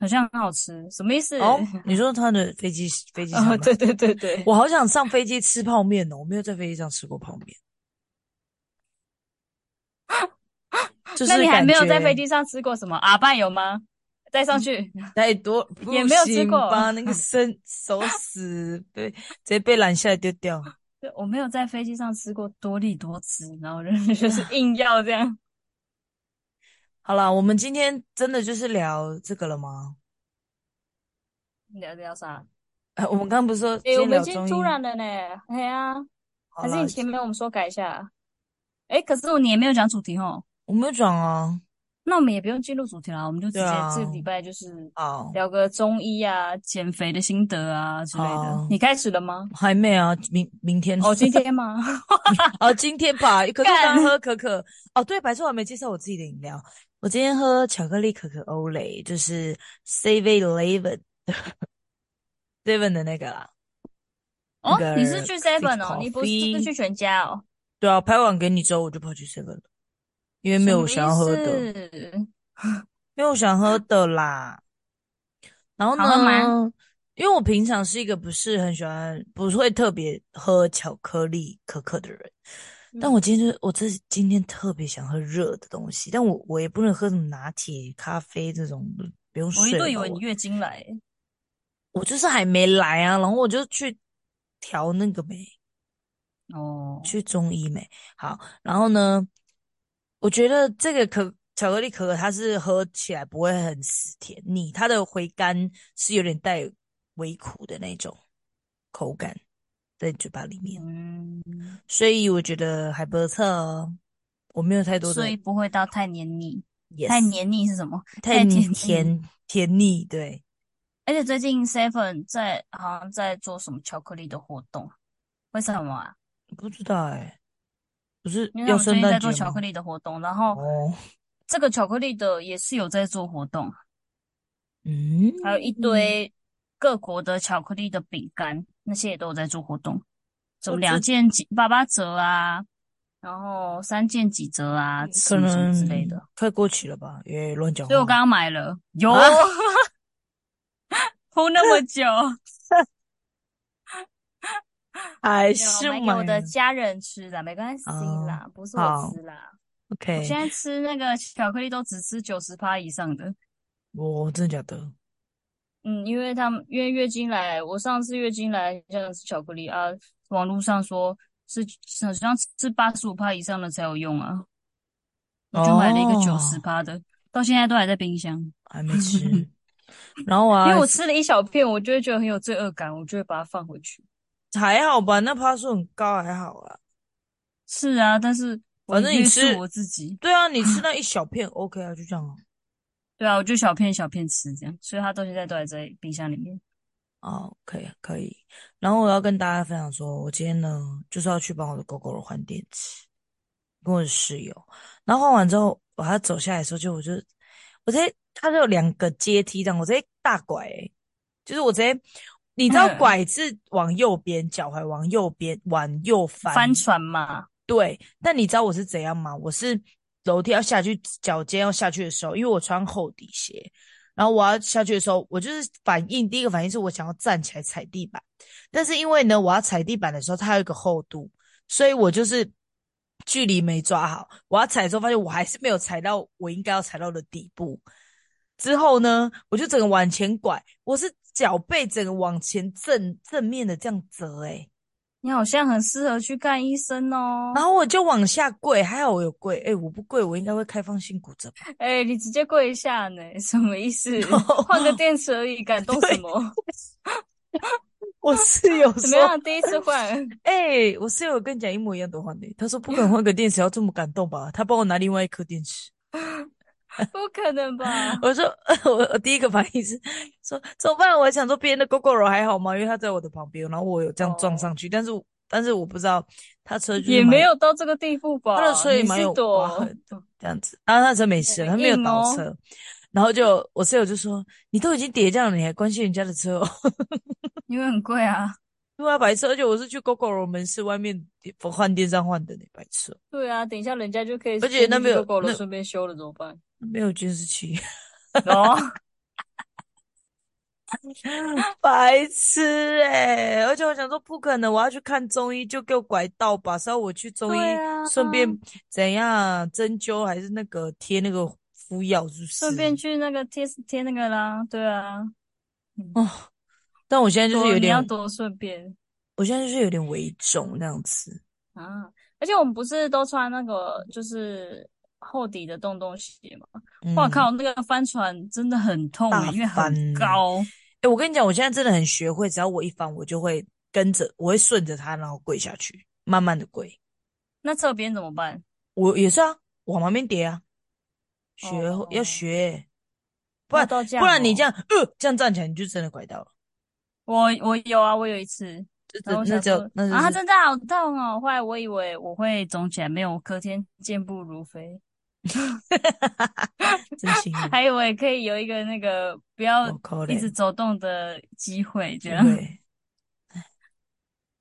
[SPEAKER 1] 好像很好吃，什么意思？ [LAUGHS]
[SPEAKER 2] 哦，你说他的飞机飞机上吗
[SPEAKER 1] 哦，对对对对，
[SPEAKER 2] 我好想上飞机吃泡面哦，我没有在飞机上吃过泡面，
[SPEAKER 1] [LAUGHS]
[SPEAKER 2] 就是
[SPEAKER 1] 那你还没有
[SPEAKER 2] 感
[SPEAKER 1] 在
[SPEAKER 2] 觉
[SPEAKER 1] 飞机上吃过什么阿拌有吗？带上去，
[SPEAKER 2] 太多，
[SPEAKER 1] 也没有吃过
[SPEAKER 2] 把那个生手死被直接被拦下来丢掉。
[SPEAKER 1] 对 [LAUGHS] 我没有在飞机上吃过多利多汁，然后人 [LAUGHS] 就是硬要这样。
[SPEAKER 2] 好啦，我们今天真的就是聊这个了吗？
[SPEAKER 1] [LAUGHS]
[SPEAKER 2] [LAUGHS]
[SPEAKER 1] 聊聊啥？
[SPEAKER 2] 呃我们刚刚不是说
[SPEAKER 1] 哎、
[SPEAKER 2] 今
[SPEAKER 1] 我们
[SPEAKER 2] 天聊
[SPEAKER 1] 已经
[SPEAKER 2] 中医？
[SPEAKER 1] 突然了呢，哎呀、
[SPEAKER 2] 好
[SPEAKER 1] 还是
[SPEAKER 2] 啦
[SPEAKER 1] 你前面我们说改一下。哎、可是你也没有讲主题哦，
[SPEAKER 2] 我没有转啊。
[SPEAKER 1] 那我们也不用进入主题啦，我们就直接
[SPEAKER 2] 对啊
[SPEAKER 1] 这个礼拜就是
[SPEAKER 2] 好，
[SPEAKER 1] 聊个中医啊、减肥的心得啊之类的
[SPEAKER 2] 好。
[SPEAKER 1] 你开始了 [LAUGHS] 吗？
[SPEAKER 2] 还没啊，明明天
[SPEAKER 1] 哦，今天吗？
[SPEAKER 2] [LAUGHS] 哦，今天
[SPEAKER 1] [LAUGHS]
[SPEAKER 2] 吧，可是我
[SPEAKER 1] 干
[SPEAKER 2] 刚喝可可哦，对，白兔我还没介绍我自己的饮料，我今天喝巧克力可可欧蕾，就是 Save Eleven [LAUGHS] Seven 的那个啦。
[SPEAKER 1] 哦
[SPEAKER 2] 那，个
[SPEAKER 1] 你是去 Seven 哦，
[SPEAKER 2] coffee
[SPEAKER 1] 你不是去全家哦？
[SPEAKER 2] 对啊，拍完给你之后，我就跑去 Seven 了，因为没有我想要喝的，
[SPEAKER 1] 的。
[SPEAKER 2] 没有我想喝的啦。然后
[SPEAKER 1] 好喝
[SPEAKER 2] 呢
[SPEAKER 1] 吗，
[SPEAKER 2] 因为我平常是一个不是很喜欢，不会特别喝巧克力可可的人，但我
[SPEAKER 1] 嗯
[SPEAKER 2] 今天就是我这今天特别想喝热的东西，但我我也不能喝什么拿铁、咖啡这种的，不用
[SPEAKER 1] 我一
[SPEAKER 2] 睡
[SPEAKER 1] 度
[SPEAKER 2] 了
[SPEAKER 1] 以
[SPEAKER 2] 吧
[SPEAKER 1] 为你
[SPEAKER 2] 我
[SPEAKER 1] 月经来，
[SPEAKER 2] 我就是还没来啊，然后我就去调那个呗，
[SPEAKER 1] 哦，
[SPEAKER 2] 去中医没好，然后呢，我觉得这个可巧克力可可它是喝起来不会很死甜腻，它的回甘是有点带微苦的那种口感在嘴巴里面，
[SPEAKER 1] 嗯，
[SPEAKER 2] 所以我觉得还不错哦。我没有太多的
[SPEAKER 1] 所以不会到太黏腻。
[SPEAKER 2] yes
[SPEAKER 1] 太黏腻是什么？
[SPEAKER 2] 太
[SPEAKER 1] 太甜腻
[SPEAKER 2] 甜甜腻，对，
[SPEAKER 1] 而且最近 Seven 在好像在做什么巧克力的活动，为什么啊？
[SPEAKER 2] 不知道哎、不是
[SPEAKER 1] 因为他
[SPEAKER 2] 要
[SPEAKER 1] 们最
[SPEAKER 2] 圣
[SPEAKER 1] 近在
[SPEAKER 2] 诞节
[SPEAKER 1] 做
[SPEAKER 2] 吗？
[SPEAKER 1] 巧克力的活动，然后
[SPEAKER 2] 哦，
[SPEAKER 1] 这个巧克力的也是有在做活动，
[SPEAKER 2] 嗯，
[SPEAKER 1] 还有一堆各国的巧克力的饼干，那些也都有在做活动，什么
[SPEAKER 2] 我
[SPEAKER 1] 两
[SPEAKER 2] 知
[SPEAKER 1] 件几八八折啊，然后三件几折啊，什
[SPEAKER 2] 嗯可
[SPEAKER 1] 么什么
[SPEAKER 2] 能
[SPEAKER 1] 之类的。
[SPEAKER 2] 快过期了吧？也乱讲话。
[SPEAKER 1] 所以我刚刚买了，有
[SPEAKER 2] 啊
[SPEAKER 1] [LAUGHS] 铺那么
[SPEAKER 2] [LAUGHS]
[SPEAKER 1] 久，
[SPEAKER 2] 还
[SPEAKER 1] 啊有
[SPEAKER 2] 哎是
[SPEAKER 1] 买给我
[SPEAKER 2] 买哦
[SPEAKER 1] 的
[SPEAKER 2] 了
[SPEAKER 1] 家人吃的，没关系啦，不是我吃啦。我
[SPEAKER 2] ，OK，
[SPEAKER 1] 现在吃那个巧克力都只吃九十趴以上的，
[SPEAKER 2] 我真的假的？
[SPEAKER 1] 嗯，因为他们因为月经来，我上次月经来这样吃巧克力啊，网络上说是好像吃八十五趴以上的才有用啊，我就买了一个九十
[SPEAKER 2] 哦，
[SPEAKER 1] 趴的，到现在都还在冰箱，
[SPEAKER 2] 还
[SPEAKER 1] [LAUGHS]
[SPEAKER 2] 没吃。然后我啊
[SPEAKER 1] 因为
[SPEAKER 2] 还
[SPEAKER 1] 我吃了一小片，我就会觉得很有罪恶感，我就会把它放回去。
[SPEAKER 2] 还好吧，那趴数很高，还好啊。
[SPEAKER 1] 是啊，但是我
[SPEAKER 2] 反正你
[SPEAKER 1] 越是
[SPEAKER 2] 吃
[SPEAKER 1] 我自己，
[SPEAKER 2] 对啊，你吃那一小片 OK 啊，就这样啊。
[SPEAKER 1] 对啊，我就小片小片吃这样，所以它到现在都还在冰箱里面。
[SPEAKER 2] 哦，可以可以。然后我要跟大家分享说，我今天呢就是要去帮我的狗狗换电池，跟我的室友。然后换完之后，我它走下来的时候，就我就我直接，它就有两个阶梯这样，我直接大拐、欸，就是我直接，你知道
[SPEAKER 1] 嗯
[SPEAKER 2] 拐是往右边，脚踝往右边往右翻，
[SPEAKER 1] 帆船嘛，
[SPEAKER 2] 对，但你知道我是怎样吗？我是楼梯要下去，脚尖要下去的时候，因为我穿厚底鞋，然后我要下去的时候，我就是反应，第一个反应是我想要站起来踩地板，但是因为呢，我要踩地板的时候，它有一个厚度，所以我就是距离没抓好，我要踩的时候发现我还是没有踩到我应该要踩到的底部。之后呢，我就整个往前拐，我是脚背整个往前正正面的这样折、欸，诶
[SPEAKER 1] 你好像很适合去看医生哦。
[SPEAKER 2] 然后我就往下跪，还好我有跪，诶、我不跪我应该会开放性骨折吧？
[SPEAKER 1] [LAUGHS] 哎、你直接跪下呢？什么意思？换个电池而已，感动什么？
[SPEAKER 2] 我室 [LAUGHS] 友
[SPEAKER 1] 怎么
[SPEAKER 2] 说
[SPEAKER 1] 样？第一次换，：“ [LAUGHS]
[SPEAKER 2] 诶、哎我室友跟你讲一模一样的话呢。”他说：“不可能换个电池要这么感动吧？”他帮我拿另外一颗电池。
[SPEAKER 1] 不可能 [LAUGHS] 吧？
[SPEAKER 2] 我说， [LAUGHS] 我我第一个反应是说怎么办？我想说别人的狗狗肉还好吗？因为它在我的旁边，然后我有这样撞上去，但是但是我不知道他车就是
[SPEAKER 1] 哦也
[SPEAKER 2] 蛮
[SPEAKER 1] 没有到这个地步吧？
[SPEAKER 2] 他的车也
[SPEAKER 1] 你
[SPEAKER 2] 蛮有
[SPEAKER 1] 是躲
[SPEAKER 2] 疤痕这样子，啊然后他车没事，
[SPEAKER 1] 很
[SPEAKER 2] 他没有
[SPEAKER 1] 硬
[SPEAKER 2] 倒
[SPEAKER 1] 哦
[SPEAKER 2] 车。然后就我室友就说：“你都已经跌这样了，你还关心人家的车哦？
[SPEAKER 1] 因为很贵啊。
[SPEAKER 2] 对啊，白痴！而且我是去 GoGo 门市外面换店上换的呢，白痴！哦
[SPEAKER 1] 对啊，等一下人家就可以
[SPEAKER 2] 而且那边有
[SPEAKER 1] 狗了，
[SPEAKER 2] 那
[SPEAKER 1] 顺便修了怎么办？
[SPEAKER 2] 没有监视器，
[SPEAKER 1] 哦，
[SPEAKER 2] [LAUGHS]
[SPEAKER 1] [LAUGHS]
[SPEAKER 2] 白痴哎、而且我想说，不可能，我要去看中医，就给我拐到吧，是要我去中医
[SPEAKER 1] 对啊
[SPEAKER 2] 顺便怎样针灸，还是那个贴那个敷药，是不是？
[SPEAKER 1] 顺便去那个贴贴那个啦。对啊，
[SPEAKER 2] 哦，但我现在就是
[SPEAKER 1] 多
[SPEAKER 2] 有
[SPEAKER 1] 你
[SPEAKER 2] 点
[SPEAKER 1] 要，多顺便
[SPEAKER 2] 我现在就是有点微肿那样子。
[SPEAKER 1] 啊。而且我们不是都穿那个就是厚底的洞洞鞋吗？
[SPEAKER 2] 嗯
[SPEAKER 1] 哇！靠，那个帆船真的很痛
[SPEAKER 2] 大
[SPEAKER 1] 欸，因为很
[SPEAKER 2] 翻呢
[SPEAKER 1] 高。
[SPEAKER 2] 哎、我跟你讲，我现在真的很学会，只要我一翻，我就会跟着，我会顺着它，然后跪下去，慢慢的跪。
[SPEAKER 1] 那侧边怎么办？
[SPEAKER 2] 我也是啊，往旁边叠啊，学
[SPEAKER 1] 哦
[SPEAKER 2] 要学欸，不
[SPEAKER 1] 要
[SPEAKER 2] 然
[SPEAKER 1] 到这
[SPEAKER 2] 不然
[SPEAKER 1] 样
[SPEAKER 2] 你
[SPEAKER 1] 哦
[SPEAKER 2] 这样呃这样站起来，你就真的拐到了。
[SPEAKER 1] 我我有啊，我有一次，
[SPEAKER 2] 这
[SPEAKER 1] 然后我
[SPEAKER 2] 那
[SPEAKER 1] 想
[SPEAKER 2] 叫
[SPEAKER 1] 说
[SPEAKER 2] 那就
[SPEAKER 1] 啊，它
[SPEAKER 2] 是
[SPEAKER 1] 真的好痛哦！后来我以为我会肿起来，没有，我隔天健步如
[SPEAKER 2] [LAUGHS]
[SPEAKER 1] 飞，，
[SPEAKER 2] 真幸运
[SPEAKER 1] [LAUGHS] 还以为可以有一个那个不要
[SPEAKER 2] 我靠嘞
[SPEAKER 1] 一直，走动的机会， [LAUGHS] 这样。
[SPEAKER 2] 对，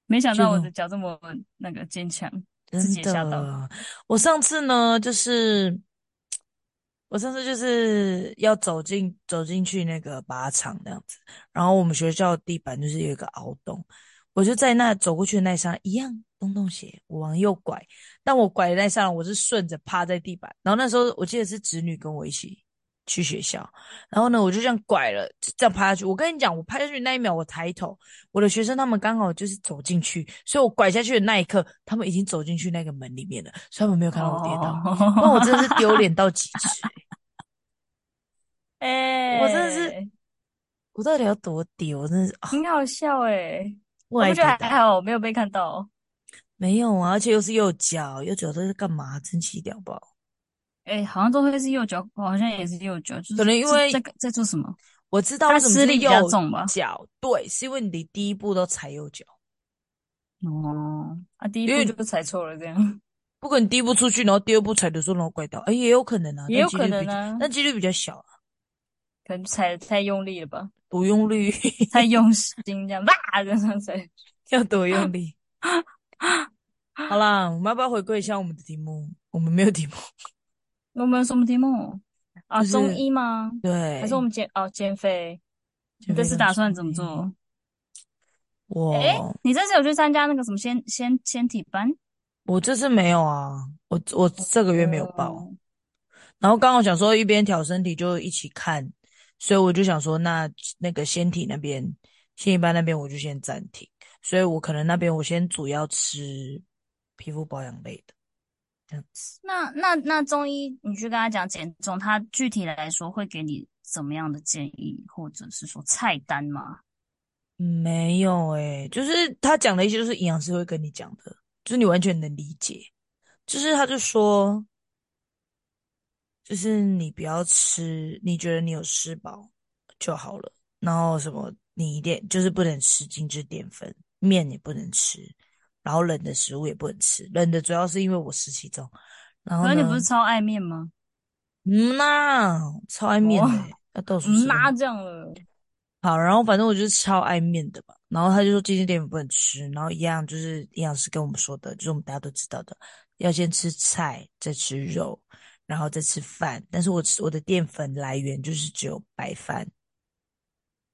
[SPEAKER 1] 没想到我
[SPEAKER 2] 就
[SPEAKER 1] 的脚这么那个坚强，自
[SPEAKER 2] 真
[SPEAKER 1] 己也吓到
[SPEAKER 2] 的。我上次呢，就是我上次就是要走进走进去那个靶场那样子，然后我们学校地板就是有一个凹洞，我就在那走过去的那一刹那一样。洞洞鞋，我往右拐，但我拐的那一刹那，我是顺着趴在地板。然后那时候我记得是侄女跟我一起去学校，然后呢，我就这样拐了，就这样趴下去。我跟你讲，我趴下去那一秒，我抬头，我的学生他们刚好就是走进去，所以我拐下去的那一刻，他们已经走进去那个门里面了，所以他们没有看到我跌
[SPEAKER 1] 哦
[SPEAKER 2] 倒。那、我真的是丢脸到极致、欸
[SPEAKER 1] 哎、
[SPEAKER 2] [LAUGHS] 我真的是我到底要多丢？我真的是啊，
[SPEAKER 1] 很好笑哎、
[SPEAKER 2] 我
[SPEAKER 1] 我
[SPEAKER 2] 爱
[SPEAKER 1] 不觉得
[SPEAKER 2] 跌
[SPEAKER 1] 还
[SPEAKER 2] 倒
[SPEAKER 1] 好，没有被看到哦。
[SPEAKER 2] 没有啊，而且又是右脚，右脚这是干嘛？真气掉吧！
[SPEAKER 1] 哎、好像都会是右脚，我好像也是右脚，就是
[SPEAKER 2] 可能因为
[SPEAKER 1] 在在在做什么？
[SPEAKER 2] 我知道
[SPEAKER 1] 它
[SPEAKER 2] 为什么
[SPEAKER 1] 施
[SPEAKER 2] 是
[SPEAKER 1] 力比
[SPEAKER 2] 右
[SPEAKER 1] 较重吧
[SPEAKER 2] 脚，对，是因为你的第一步都踩右脚。
[SPEAKER 1] 哦，啊，第一
[SPEAKER 2] 因为
[SPEAKER 1] 步就踩错了，这样
[SPEAKER 2] 不管你第一步出去，然后第二步踩的时候，然后拐到，哎、 [LAUGHS] 也有可能啊，
[SPEAKER 1] 也有
[SPEAKER 2] 但几
[SPEAKER 1] 可
[SPEAKER 2] 率
[SPEAKER 1] 能
[SPEAKER 2] 比较
[SPEAKER 1] 啊
[SPEAKER 2] 但几率比较小啊，
[SPEAKER 1] 可能踩的太用力了吧，
[SPEAKER 2] 不用力
[SPEAKER 1] 太用心这样，哇，这样踩。
[SPEAKER 2] [LAUGHS] 要多用力。好啦，我们要不要回归一下我们的题目？我们没
[SPEAKER 1] [LAUGHS]
[SPEAKER 2] 有题目，
[SPEAKER 1] 我们有什么题目啊？
[SPEAKER 2] 就是
[SPEAKER 1] 中医吗？
[SPEAKER 2] 对。
[SPEAKER 1] 还是我们减哦减肥？你这次打算怎么做？
[SPEAKER 2] 我、
[SPEAKER 1] 哎，你这次有去参加那个什么先先先体班？
[SPEAKER 2] 我这次没有啊，我我这个
[SPEAKER 1] 我
[SPEAKER 2] 月没有报。
[SPEAKER 1] 哦
[SPEAKER 2] 然后刚好想说一边调身体就一起看，所以我就想说那那个仙体那边，仙体班那边我就先暂停，所以我可能那边我先主要吃皮肤保养类的，这样子。
[SPEAKER 1] 那那那中医，你去跟他讲减重，他具体来说会给你怎么样的建议，或者是说菜单吗？
[SPEAKER 2] 嗯没有诶、就是他讲的一些就是营养师会跟你讲的，就是你完全能理解。就是他就说，就是你不要吃，你觉得你有吃饱就好了。然后什么，你一定就是不能吃精致淀粉，面也不能吃，然后冷的食物也不能吃。冷的主要是因为我湿气重，然后
[SPEAKER 1] 可是你
[SPEAKER 2] 呢
[SPEAKER 1] 不是超爱面吗？
[SPEAKER 2] 嗯呐、超爱面的、欸
[SPEAKER 1] 哦
[SPEAKER 2] 要到处吃
[SPEAKER 1] 嗯，那这样了。
[SPEAKER 2] 好，然后反正我就是超爱面的吧。然后他就说精致淀粉不能吃，然后一样就是营养师跟我们说的，就是我们大家都知道的，要先吃菜，再吃肉，然后再吃饭。但是我吃我的淀粉来源就是只有白饭，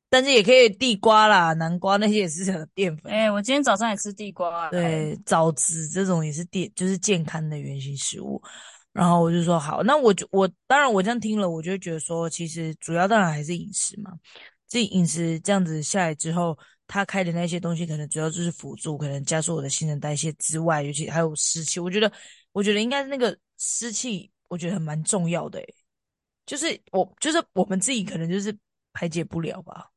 [SPEAKER 2] 但是也可以地瓜啦、南瓜那些也是有淀粉。
[SPEAKER 1] 哎、我今天早上也吃地瓜、哎，
[SPEAKER 2] 对，枣子这种也是健，就是健康的原型食物。然后我就说好，那我就我当然我这样听了，我就觉得说，其实主要当然还是饮食嘛。自己饮食这样子下来之后，他开的那些东西可能主要就是辅助，可能加速我的新陈代谢之外，尤其还有湿气。我觉得，我觉得应该是那个湿气，我觉得还蛮重要的、欸。就是我，就是我们自己可能就是排解不了吧。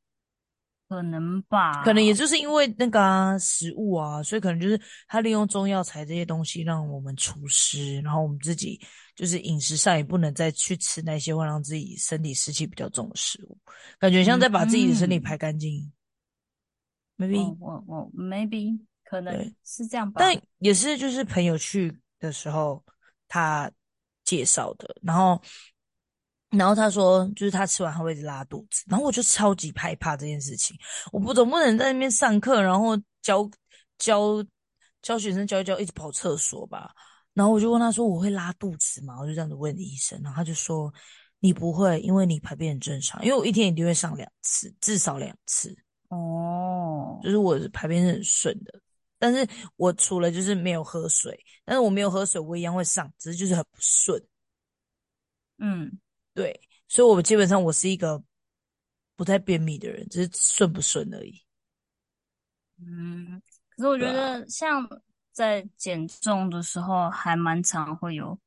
[SPEAKER 1] 可能吧，
[SPEAKER 2] 可能也就是因为那个啊、食物啊，所以可能就是他利用中药材这些东西让我们除湿，然后我们自己就是饮食上也不能再去吃那些会让自己身体湿气比较重的食物，感觉像在把自己的身体排干净。maybe，、
[SPEAKER 1] 我我我 maybe 可能
[SPEAKER 2] 对
[SPEAKER 1] 是这样吧。
[SPEAKER 2] 但也是就是朋友去的时候他介绍的，然后然后他说就是他吃完他会一直拉肚子，然后我就超级害怕这件事情，我不总不能在那边上课，然后教教教学生教一教一直跑厕所吧，然后我就问他说我会拉肚子吗？我就这样子问医生，然后他就说你不会，因为你排便很正常，因为我一天一定会上两次，至少两次。
[SPEAKER 1] 哦，
[SPEAKER 2] 就是我的排便是很顺的，但是我除了就是没有喝水，但是我没有喝水，我一样会上，只是就是很不顺。
[SPEAKER 1] 嗯，
[SPEAKER 2] 对，所以我基本上我是一个不太便秘的人，只是顺不顺而已。
[SPEAKER 1] 嗯，可是我觉
[SPEAKER 2] 对啊
[SPEAKER 1] 得像在减重的时候，还蛮常会有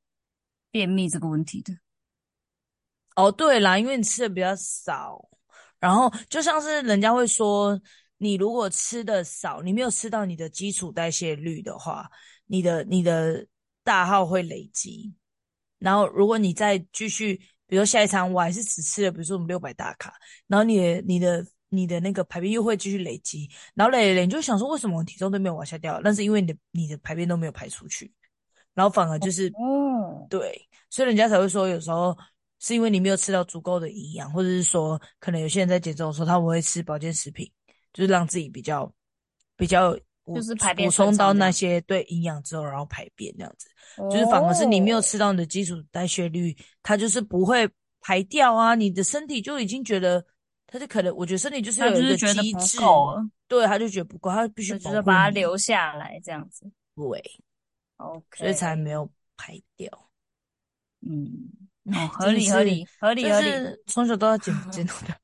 [SPEAKER 1] 便秘这个问题的。
[SPEAKER 2] 哦，对啦，因为你吃的比较少，然后就像是人家会说，你如果吃的少，你没有吃到你的基础代谢率的话，你的你的大号会累积。然后如果你再继续，比如说下一餐我还是只吃了，比如说我们六百大卡，然后你的你的你的那个排便又会继续累积，然后累累累，你就想说为什么我体重都没有往下掉？但是因为你的你的排便都没有排出去，然后反而就是
[SPEAKER 1] 哦，
[SPEAKER 2] 对，所以人家才会说，有时候是因为你没有吃到足够的营养，或者是说，可能有些人在减重的时候，他们会吃保健食品，就是让自己比较比较补
[SPEAKER 1] 就是排便
[SPEAKER 2] 补
[SPEAKER 1] 顺
[SPEAKER 2] 充
[SPEAKER 1] 畅
[SPEAKER 2] 到
[SPEAKER 1] 这
[SPEAKER 2] 那
[SPEAKER 1] 样
[SPEAKER 2] 些对营养之后，然后排便这样子，
[SPEAKER 1] 哦，
[SPEAKER 2] 就是反而是你没有吃到你的基础代谢率，它就是不会排掉啊，你的身体就已经觉得，它就可能，我觉得身体就是
[SPEAKER 1] 他
[SPEAKER 2] 有
[SPEAKER 1] 就
[SPEAKER 2] 一
[SPEAKER 1] 是
[SPEAKER 2] 个
[SPEAKER 1] 觉得
[SPEAKER 2] 机
[SPEAKER 1] 不
[SPEAKER 2] 制，
[SPEAKER 1] 够了，
[SPEAKER 2] 对，他就觉得不够，他必须
[SPEAKER 1] 所以就
[SPEAKER 2] 保
[SPEAKER 1] 是
[SPEAKER 2] 护
[SPEAKER 1] 把它
[SPEAKER 2] 你，
[SPEAKER 1] 留下来这样子。
[SPEAKER 2] 对，
[SPEAKER 1] OK，
[SPEAKER 2] 所以才没有排掉。
[SPEAKER 1] 嗯，哦，
[SPEAKER 2] [LAUGHS]
[SPEAKER 1] 合
[SPEAKER 2] 真
[SPEAKER 1] 理合
[SPEAKER 2] 是
[SPEAKER 1] 理合理
[SPEAKER 2] 就
[SPEAKER 1] 合理，
[SPEAKER 2] 是从小
[SPEAKER 1] [LAUGHS]
[SPEAKER 2] 到大减减重的，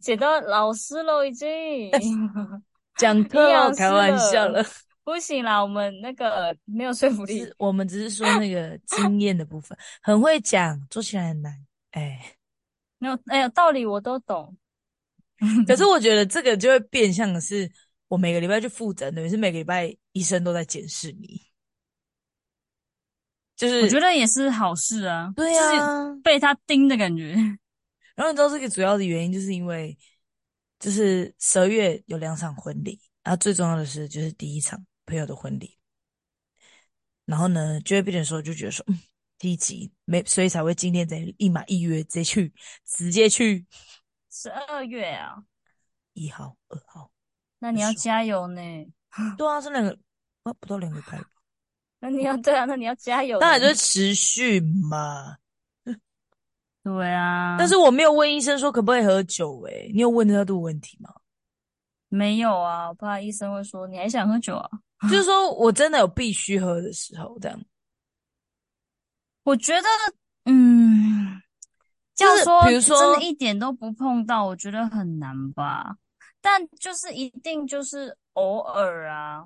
[SPEAKER 1] 姐都老师喽已经，
[SPEAKER 2] [LAUGHS] 讲
[SPEAKER 1] 营
[SPEAKER 2] 课哦，
[SPEAKER 1] 养
[SPEAKER 2] 开
[SPEAKER 1] 师
[SPEAKER 2] 玩笑
[SPEAKER 1] 了
[SPEAKER 2] 了，
[SPEAKER 1] 不行啦，我们那个没有说服
[SPEAKER 2] 只
[SPEAKER 1] 力。
[SPEAKER 2] 是我们只是说那个经验的部分，很会讲，做起来很难，哎，
[SPEAKER 1] 没有，哎呀，道理我都懂。
[SPEAKER 2] 可是我觉得这个就会变相的是，我每个礼拜去复诊，等于是每个礼拜医生都在检视你，就
[SPEAKER 1] [LAUGHS] 我觉
[SPEAKER 2] 是
[SPEAKER 1] 得也是好事啊，
[SPEAKER 2] 对
[SPEAKER 1] 就是
[SPEAKER 2] 呀、
[SPEAKER 1] 被他盯的感
[SPEAKER 2] [LAUGHS]
[SPEAKER 1] 觉。
[SPEAKER 2] 然后你知道这个主要的原因，就是因为就是十二月有两场婚礼，然后最重要的是就是第一场朋友的婚礼，然后呢，就会变成说就觉得说，嗯，第一集没，所以才会今天直接一马一约直接去，直接去
[SPEAKER 1] 十二月啊，
[SPEAKER 2] 一号、二号，
[SPEAKER 1] 那你要
[SPEAKER 2] 是哦
[SPEAKER 1] 加油呢。
[SPEAKER 2] 对啊，是两个，啊，不到两个礼拜吧，
[SPEAKER 1] 那你要对啊，那你要加油呢。
[SPEAKER 2] 当然就是持续嘛。
[SPEAKER 1] 对啊，
[SPEAKER 2] 但是我没有问医生说可不可以喝酒、欸，你有问他的问题吗？
[SPEAKER 1] 没有啊，我怕医生会说你还想喝酒啊。
[SPEAKER 2] 就是说我真的有必须喝的时候，这样
[SPEAKER 1] 我觉得，嗯，
[SPEAKER 2] 就
[SPEAKER 1] 要
[SPEAKER 2] 是
[SPEAKER 1] 说
[SPEAKER 2] 比如
[SPEAKER 1] 真的
[SPEAKER 2] 说
[SPEAKER 1] 一点都不碰到，我觉得很难吧。但就是一定就是偶尔啊，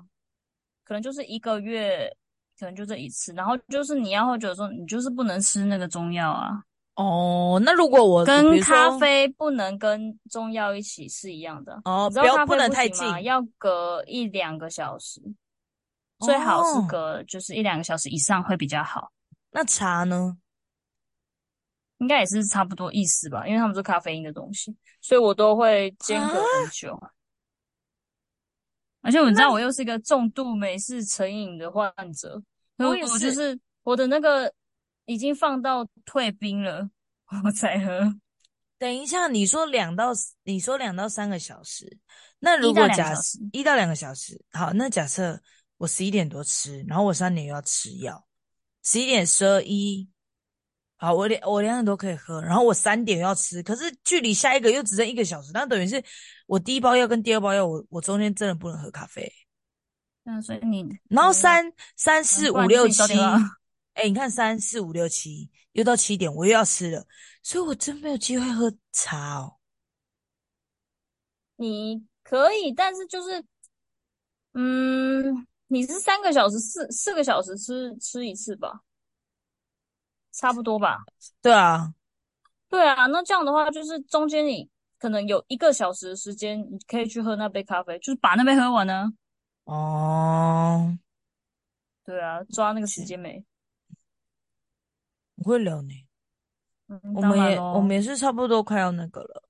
[SPEAKER 1] 可能就是一个月，可能就这一次。然后就是你要喝酒的时候，你就是不能吃那个中药啊，
[SPEAKER 2] 哦，那如果我比
[SPEAKER 1] 跟
[SPEAKER 2] 如
[SPEAKER 1] 咖
[SPEAKER 2] 说
[SPEAKER 1] 啡不能跟中药一起是一样的。
[SPEAKER 2] 哦，
[SPEAKER 1] 你知道
[SPEAKER 2] 不要
[SPEAKER 1] 咖
[SPEAKER 2] 不
[SPEAKER 1] 啡
[SPEAKER 2] 能
[SPEAKER 1] 不
[SPEAKER 2] 太
[SPEAKER 1] 行
[SPEAKER 2] 近
[SPEAKER 1] 吗？要隔一两个小时，最好是
[SPEAKER 2] 哦，
[SPEAKER 1] 隔就是一两个小时以上会比较好。
[SPEAKER 2] 那茶呢？
[SPEAKER 1] 应该也是差不多意思吧，因为他们是咖啡因的东西，所以我都会间
[SPEAKER 2] 啊，
[SPEAKER 1] 隔很久。而且我知
[SPEAKER 2] 那
[SPEAKER 1] 道我又是一个重度美式成瘾的患者，所
[SPEAKER 2] 我
[SPEAKER 1] 以
[SPEAKER 2] 也。
[SPEAKER 1] 我就是是我的那个已经放到退冰了，我才喝
[SPEAKER 2] 等一下，你说两到四你说两到三个小时，那
[SPEAKER 1] 一
[SPEAKER 2] 如
[SPEAKER 1] 到
[SPEAKER 2] 果
[SPEAKER 1] 两个
[SPEAKER 2] 假
[SPEAKER 1] 小
[SPEAKER 2] 设
[SPEAKER 1] 时。
[SPEAKER 2] 一到两个小时，好，那假设我十一点多吃，然后我三点又要吃药，十一点十二一，好，我两我两点多可以喝，然后我三点又要吃，可是距离下一个又只剩一个小时，那等于是我第一包药跟第二包药，我我中间真的不能喝咖啡。
[SPEAKER 1] 嗯，所以你
[SPEAKER 2] 然后三三四
[SPEAKER 1] 不
[SPEAKER 2] 五
[SPEAKER 1] 然
[SPEAKER 2] 六
[SPEAKER 1] 自己找
[SPEAKER 2] 七
[SPEAKER 1] 点啊，
[SPEAKER 2] 哎，你看三四五六七又到七点，我又要吃了，所以我真没有机会喝茶哦。
[SPEAKER 1] 你可以，但是就是，嗯，你是三个小时、四四个小时吃吃一次吧，差不多吧。
[SPEAKER 2] 对啊，
[SPEAKER 1] 对啊，那这样的话，就是中间你可能有一个小时的时间，你可以去喝那杯咖啡，就是把那杯喝完呢、
[SPEAKER 2] 哦，
[SPEAKER 1] 对啊，抓那个时
[SPEAKER 2] 是
[SPEAKER 1] 间没？
[SPEAKER 2] 我会聊呢。
[SPEAKER 1] 嗯，
[SPEAKER 2] 我
[SPEAKER 1] 当
[SPEAKER 2] 们
[SPEAKER 1] 然
[SPEAKER 2] 也我
[SPEAKER 1] 咯，
[SPEAKER 2] 们也是差不多快要那个了，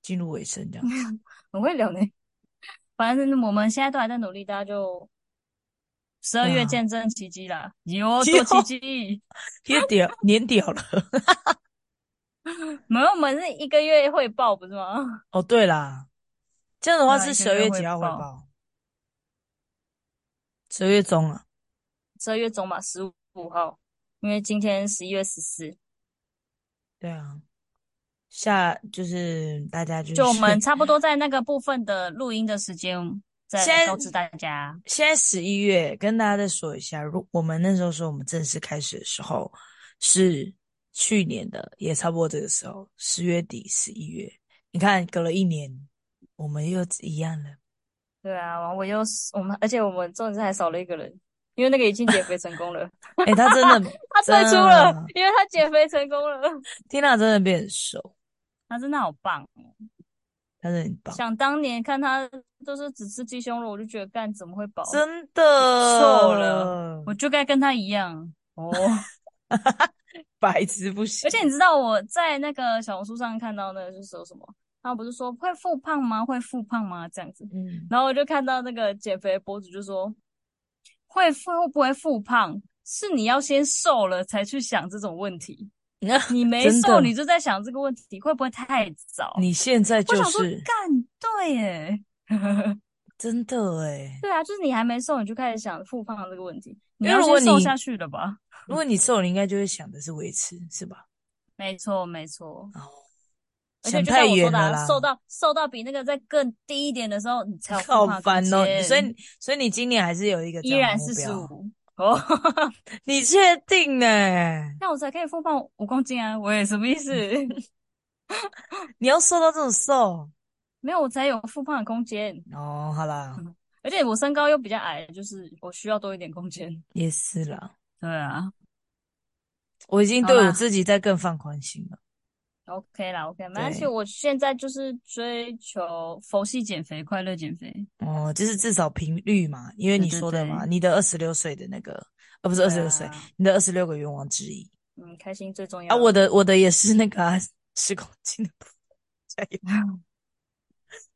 [SPEAKER 2] 进入尾声
[SPEAKER 1] [LAUGHS]
[SPEAKER 2] 这样。
[SPEAKER 1] 很会聊呢。反正我们现在都还在努力，大家就十二
[SPEAKER 2] 对
[SPEAKER 1] 月
[SPEAKER 2] 啊，
[SPEAKER 1] 见证奇迹啦，
[SPEAKER 2] [LAUGHS]
[SPEAKER 1] 有
[SPEAKER 2] 以
[SPEAKER 1] 多奇
[SPEAKER 2] 后
[SPEAKER 1] 迹？
[SPEAKER 2] 也屌年屌了。
[SPEAKER 1] 没有，我们是一个月汇报不是吗？
[SPEAKER 2] 哦，对啦，这样的
[SPEAKER 1] 对
[SPEAKER 2] 话
[SPEAKER 1] 啊，
[SPEAKER 2] 是
[SPEAKER 1] 一个
[SPEAKER 2] 十二
[SPEAKER 1] 月
[SPEAKER 2] 月
[SPEAKER 1] 汇
[SPEAKER 2] 几号汇
[SPEAKER 1] 报，
[SPEAKER 2] 报？十二月中啊。
[SPEAKER 1] 十二月中吧，十五号，因为今天十一月十四，
[SPEAKER 2] 嗯对啊，下就是大家就
[SPEAKER 1] 就我
[SPEAKER 2] 是
[SPEAKER 1] 们差不多在那个部分的录音的时
[SPEAKER 2] [LAUGHS]
[SPEAKER 1] 间再
[SPEAKER 2] 现
[SPEAKER 1] 来告
[SPEAKER 2] 在
[SPEAKER 1] 知大家。
[SPEAKER 2] 现在十一月，跟大家再说一下，如我们那时候说我们正式开始的时候是去年的，也差不多这个时候，十月底十一月，你看隔了一年，我们又一样了。
[SPEAKER 1] 对啊，我又是我们，而且我们重点是还少了一个人，因为那个已经减肥成功了，
[SPEAKER 2] 诶，哎他真的
[SPEAKER 1] [LAUGHS] 他
[SPEAKER 2] 真
[SPEAKER 1] 退出了，
[SPEAKER 2] 的，
[SPEAKER 1] 因为他减肥成功了，
[SPEAKER 2] 缇娜真的变很瘦，
[SPEAKER 1] [LAUGHS] 他真的好棒。哦
[SPEAKER 2] 他真的很棒，
[SPEAKER 1] 想当年看他都是只吃鸡胸肉，我就觉得干怎么会饱？
[SPEAKER 2] 真
[SPEAKER 1] 瘦了，
[SPEAKER 2] 的
[SPEAKER 1] 我就该跟他一样哦。
[SPEAKER 2] 白痴不行。
[SPEAKER 1] [LAUGHS] 而且你知道我在那个小红书上看到那个就是说什么，他不是说会复胖吗？会复胖吗？这样子，
[SPEAKER 2] 嗯，
[SPEAKER 1] 然后我就看到那个减肥博主就说，会复会不会复胖，是你要先瘦了才去想这种问题， [LAUGHS] 你没
[SPEAKER 2] 真
[SPEAKER 1] 瘦
[SPEAKER 2] 的，
[SPEAKER 1] 你就在想这个问题会不会太早？
[SPEAKER 2] 你现在
[SPEAKER 1] 我
[SPEAKER 2] 就
[SPEAKER 1] 想说，
[SPEAKER 2] 是
[SPEAKER 1] 干对耶。
[SPEAKER 2] 真的哎诶，
[SPEAKER 1] 对啊，就是你还没瘦，你就开始想复胖这个问题，你
[SPEAKER 2] 因为
[SPEAKER 1] 要
[SPEAKER 2] 如
[SPEAKER 1] 先
[SPEAKER 2] 果
[SPEAKER 1] 瘦
[SPEAKER 2] 你
[SPEAKER 1] 下去了吧？
[SPEAKER 2] 如果你瘦，你应该就会想的是维持，是吧？
[SPEAKER 1] 没错，没错。
[SPEAKER 2] 哦，
[SPEAKER 1] 而且
[SPEAKER 2] 想
[SPEAKER 1] 就
[SPEAKER 2] 太
[SPEAKER 1] 像我说
[SPEAKER 2] 远
[SPEAKER 1] 的
[SPEAKER 2] 了
[SPEAKER 1] 啊，瘦
[SPEAKER 2] 啦，
[SPEAKER 1] 到瘦到比那个再更低一点的时候，你才有复
[SPEAKER 2] 好
[SPEAKER 1] 胖的空
[SPEAKER 2] 烦哦。所以
[SPEAKER 1] 间，
[SPEAKER 2] 你，所以你今年还是有一个
[SPEAKER 1] 依
[SPEAKER 2] 这样
[SPEAKER 1] 然
[SPEAKER 2] 的目
[SPEAKER 1] 是十
[SPEAKER 2] 标，
[SPEAKER 1] 五哦，
[SPEAKER 2] 你确定呢？
[SPEAKER 1] 那我才可以复胖五公斤啊！我也什么意思？ [LAUGHS]
[SPEAKER 2] 你要瘦到这种瘦？
[SPEAKER 1] 没有，我才有复胖的空间，
[SPEAKER 2] 哦，好啦，
[SPEAKER 1] 嗯而且我身高又比较矮，就是我需要多一点空间。
[SPEAKER 2] 也是啦，
[SPEAKER 1] 对啊，
[SPEAKER 2] 我已经
[SPEAKER 1] 好
[SPEAKER 2] 对我
[SPEAKER 1] 啦
[SPEAKER 2] 自己在更放宽心了。
[SPEAKER 1] ，OK 啦，OK，没关系。
[SPEAKER 2] 对，
[SPEAKER 1] 我现在就是追求佛系减肥，快乐减肥。
[SPEAKER 2] 哦，就是至少频率嘛，因为
[SPEAKER 1] 对
[SPEAKER 2] 你
[SPEAKER 1] 对
[SPEAKER 2] 说的嘛，
[SPEAKER 1] 对，
[SPEAKER 2] 你的二十六岁的那个，呃，不是二
[SPEAKER 1] 对
[SPEAKER 2] 十六岁，
[SPEAKER 1] 啊，
[SPEAKER 2] 你的二十六个愿望之一
[SPEAKER 1] 嗯，开心最重
[SPEAKER 2] 啊。
[SPEAKER 1] 要。
[SPEAKER 2] 我的我的也是那个啊，十公斤的，加油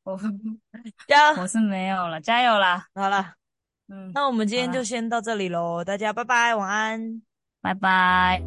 [SPEAKER 1] 我
[SPEAKER 2] [LAUGHS]
[SPEAKER 1] [LAUGHS]
[SPEAKER 2] 加油！
[SPEAKER 1] 我是没有了，加油啦！
[SPEAKER 2] 好啦。
[SPEAKER 1] 嗯，
[SPEAKER 2] 那我们今
[SPEAKER 1] 好
[SPEAKER 2] 天就
[SPEAKER 1] 啦，
[SPEAKER 2] 先到这里喽，大家拜拜，晚安。
[SPEAKER 1] 拜拜。